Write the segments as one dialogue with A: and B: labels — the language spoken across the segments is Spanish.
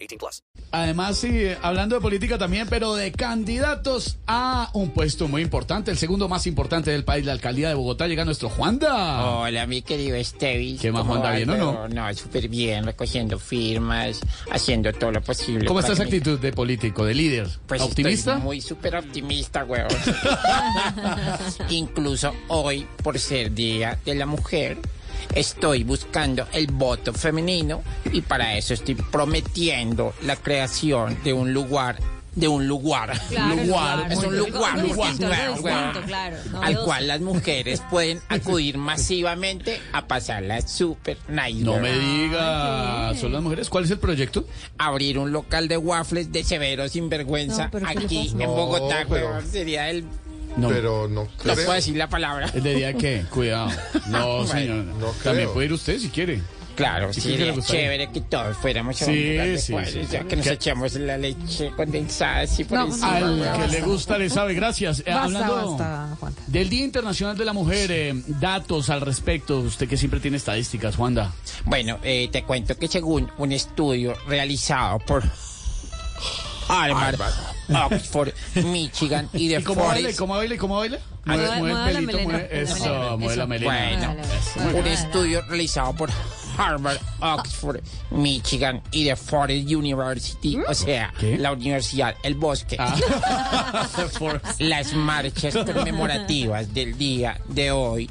A: 18 plus.
B: Además, sí, hablando de política también, pero de candidatos a un puesto muy importante, el segundo más importante del país, la alcaldía de Bogotá, llega nuestro Juanda.
C: Hola, mi querido Estevis.
B: ¿Qué más,
C: ¿Cómo
B: Juanda,
C: vas,
B: bien o no?
C: huevón? No, súper bien, recogiendo firmas, haciendo todo lo posible.
B: ¿Cómo
C: para
B: está esa
C: que mi-
B: actitud de político, de líder?
C: Pues estoy
B: ¿Optimista?
C: muy súper optimista, huevón. Incluso hoy, por ser Día de la Mujer, estoy buscando el voto femenino y para eso estoy prometiendo la creación de un lugar, de un lugar,
D: Claro,
C: lugar, es un
D: Algo-
C: lugar,
D: algo
C: lugar
D: distinto, algo
C: nuevo,
D: distinto,
C: huevón.
D: claro,
C: al
D: novedoso.
C: cual las mujeres pueden acudir masivamente a pasarla súper nice.
B: No
C: ¿verdad?
B: me diga, son las mujeres. ¿Cuál es el proyecto?
C: Abrir un local de waffles de severo sinvergüenza
D: No, pero ¿qué le
C: aquí
D: pasa?
C: en Bogotá,
E: No, pero-
C: weón, sería el...
B: No,
E: Pero no
C: No
E: creo.
C: puedo decir la palabra.
B: ¿El de día qué? Cuidado. No, señor.
E: no
B: También
E: creo.
B: puede ir usted si quiere.
C: Claro,
B: ¿Y qué le
C: sería
B: gustaría?
C: chévere que todos fuéramos a un
B: Sí,
C: lugar de
B: sí,
C: waffles,
B: sí, sí.
C: ya que nos
B: ¿Qué?
C: echamos la leche condensada así por encima.
B: Al
C: weón.
B: que le gusta le sabe, gracias. Eh, Hablando
D: basta, Juanda.
B: del Día Internacional de la Mujer, eh, datos al respecto, usted que siempre tiene estadísticas, Juanda.
C: Bueno, eh, te cuento que según un estudio realizado por Harvard, Oxford, Michigan y de
B: Ah, ¿Y cómo baila? ¿Y
C: Forest...
B: cómo baila? ¿Y cómo baila? Mueve,
D: Mueve-
B: mueve
D: mueve la
B: el pelito,
D: melena,
B: mueve-
D: mueve la melena,
B: Eso, mueve la
D: eso.
B: melena.
C: Bueno,
D: Vale,
C: es
D: vale,
C: un
D: vale.
C: estudio realizado por Harvard, Oxford, Michigan y The Forest University, o sea,
B: ¿Qué?
C: la Universidad El Bosque. Las marchas conmemorativas del día de hoy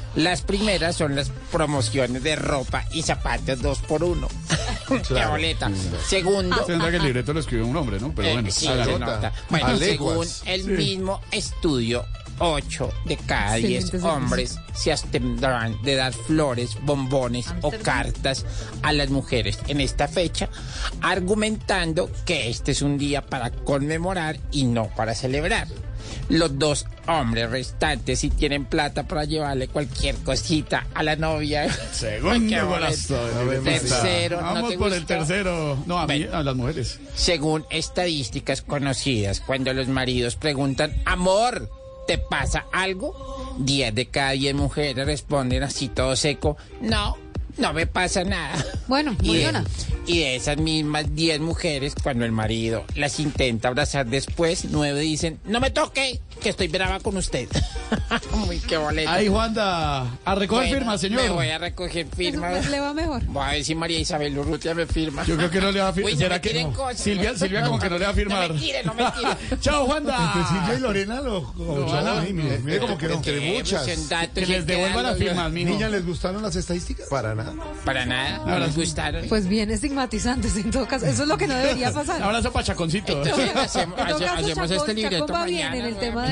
C: Las primeras son las promociones de ropa y zapatos dos por uno. ¡Qué boleta! Segundo,
B: Tendrá que el libreto lo escribió un hombre, ¿no? Pero
C: Eh,
B: bueno,
C: sí,
B: hágale.
C: se nota. Bueno,
E: A
C: según
E: leguas.
C: el mismo estudio, 8 de cada 10
D: Excelente
C: hombres se abstendrán de dar flores, bombones o cartas a las mujeres en esta fecha, argumentando que este es un día para conmemorar y no para celebrar. Los dos hombres restantes si tienen plata para llevarle cualquier cosita a la novia. Qué
B: Segundo
C: bonito.
B: corazón.
C: Tercero, ¿no
B: Vamos
C: te
B: por el
C: gustó?
B: tercero. No, a mí, a las mujeres.
C: Según estadísticas conocidas, cuando los maridos preguntan, amor, ¿te pasa algo? 10 de cada 10 mujeres responden así todo seco, no, no me pasa nada.
D: Bueno,
C: y de,
D: buena.
C: y de esas mismas 10 mujeres, cuando el marido las intenta abrazar después, 9 dicen, no me toque, que estoy brava con usted. Uy, qué boleta.
B: Ahí, Juanda, a recoger
C: Bueno,
B: firmas, señor.
C: Me voy a recoger firmas.
D: le va mejor.
C: Voy a ver si María Isabel Urrutia me firma.
B: Yo creo que no le va a
C: Uy,
B: firmar.
C: no
B: ¿Será
C: me
B: que
C: tiren
B: no?
C: cosas.
B: Silvia, Silvia como que no le va a firmar.
C: No me tire, no me tire.
B: Chao, Juanda. Silvia y Lorena lo...
E: Mire como que no.
C: Qué
E: Entre
C: emoción,
E: muchas.
C: datos
B: Que
C: y
B: les devuelvan las
C: quedando,
B: firmas, mijo.
E: Niña, ¿les gustaron las estadísticas? Para nada.
C: Para nada, no
B: Ahora
C: les
B: sí.
C: gustaron.
D: Pues bien estigmatizantes en todo caso. Eso es lo que no debería pasar.
B: Abrazo para Chaconcito.
C: Entonces, hacemos,
D: En todo
C: hace-
D: caso,
C: hacemos
D: Chacón-
C: este libreto
D: Chacón va
C: mañana.
D: bien en el tema de...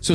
F: So